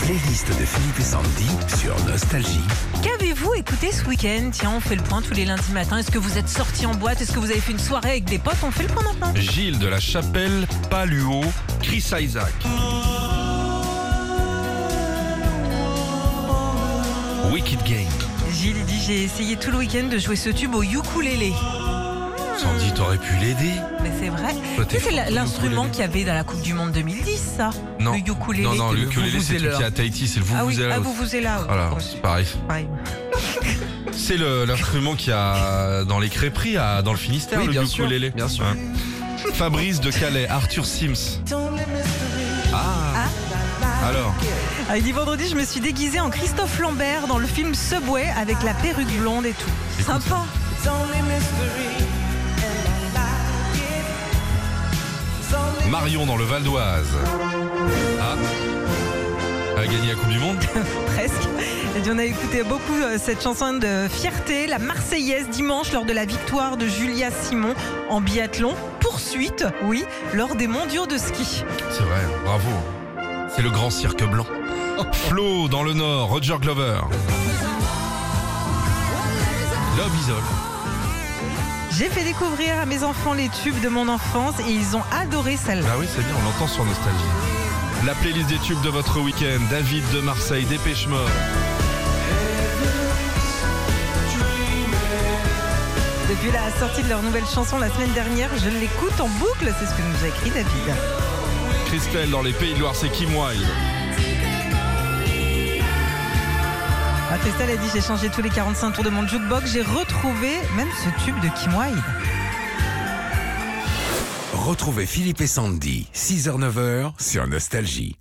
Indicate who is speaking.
Speaker 1: playlist de Philippe et Sandy sur Nostalgie.
Speaker 2: Qu'avez-vous écouté ce week-end Tiens, on fait le point tous les lundis matins. Est-ce que vous êtes sorti en boîte Est-ce que vous avez fait une soirée avec des potes On fait le point maintenant.
Speaker 3: Gilles de la Chapelle, Paluo, Chris Isaac. Wicked Game.
Speaker 2: Gilles il dit j'ai essayé tout le week-end de jouer ce tube au ukulélé.
Speaker 3: Sandy, t'aurais pu l'aider
Speaker 2: Mais c'est vrai.
Speaker 3: Toi,
Speaker 2: Tu
Speaker 3: t'es
Speaker 2: sais, C'est
Speaker 3: fort,
Speaker 2: la-
Speaker 3: le
Speaker 2: l'instrument
Speaker 3: ukulélé.
Speaker 2: qu'il y avait dans la Coupe du Monde 2010, ça
Speaker 3: Non.
Speaker 2: Le ukulélé.
Speaker 3: Non, non,
Speaker 2: Et
Speaker 3: le ukulélé, c'est le
Speaker 2: vuvuzela.
Speaker 3: truc qui est à Tahiti, c'est le vous
Speaker 2: Ah oui,
Speaker 3: vous
Speaker 2: ah, vous vous êtes là. oui.
Speaker 3: Voilà,
Speaker 2: Ouais,
Speaker 3: c'est pareil.
Speaker 2: pareil.
Speaker 3: C'est le- l'instrument qu'il y a dans les crêperies, à- dans le Finistère,
Speaker 4: Oui,
Speaker 3: le
Speaker 4: bien sûr,
Speaker 3: ukulélé.
Speaker 4: bien sûr.
Speaker 3: Ouais. Fabrice de Calais, Arthur Sims. Ah. Alors,
Speaker 2: Ah, il dit vendredi, je me suis déguisé en Christophe Lambert dans le film Subway avec la perruque blonde et tout. Sympa.
Speaker 3: Marion dans le Val d'Oise. Ah. A gagné la Coupe du Monde
Speaker 2: Presque. Et puis, on a écouté beaucoup euh, cette chanson de fierté, la Marseillaise dimanche lors de la victoire de Julia Simon en biathlon. Poursuite, oui, lors des mondiaux de ski.
Speaker 3: C'est vrai, bravo. C'est le grand cirque blanc. Flo dans le Nord, Roger Glover. Love Isole.
Speaker 2: J'ai fait découvrir à mes enfants les tubes de mon enfance et ils ont adoré celle-là.
Speaker 3: Ah oui, c'est bien, on l'entend sur Nostalgie. La playlist des tubes de votre week-end, David de Marseille, Dépêche Mode.
Speaker 2: Depuis la sortie de leur nouvelle chanson la semaine dernière, je l'écoute en boucle, c'est ce que nous a écrit David.
Speaker 3: Christelle dans les Pays de Loire, c'est Kim Wilde.
Speaker 2: Ah, Christelle a dit j'ai changé tous les 45 tours de mon jukebox, j'ai retrouvé même ce tube de Kim Wilde.
Speaker 1: Retrouvez Philippe et Sandy, 6h-9h sur Nostalgie.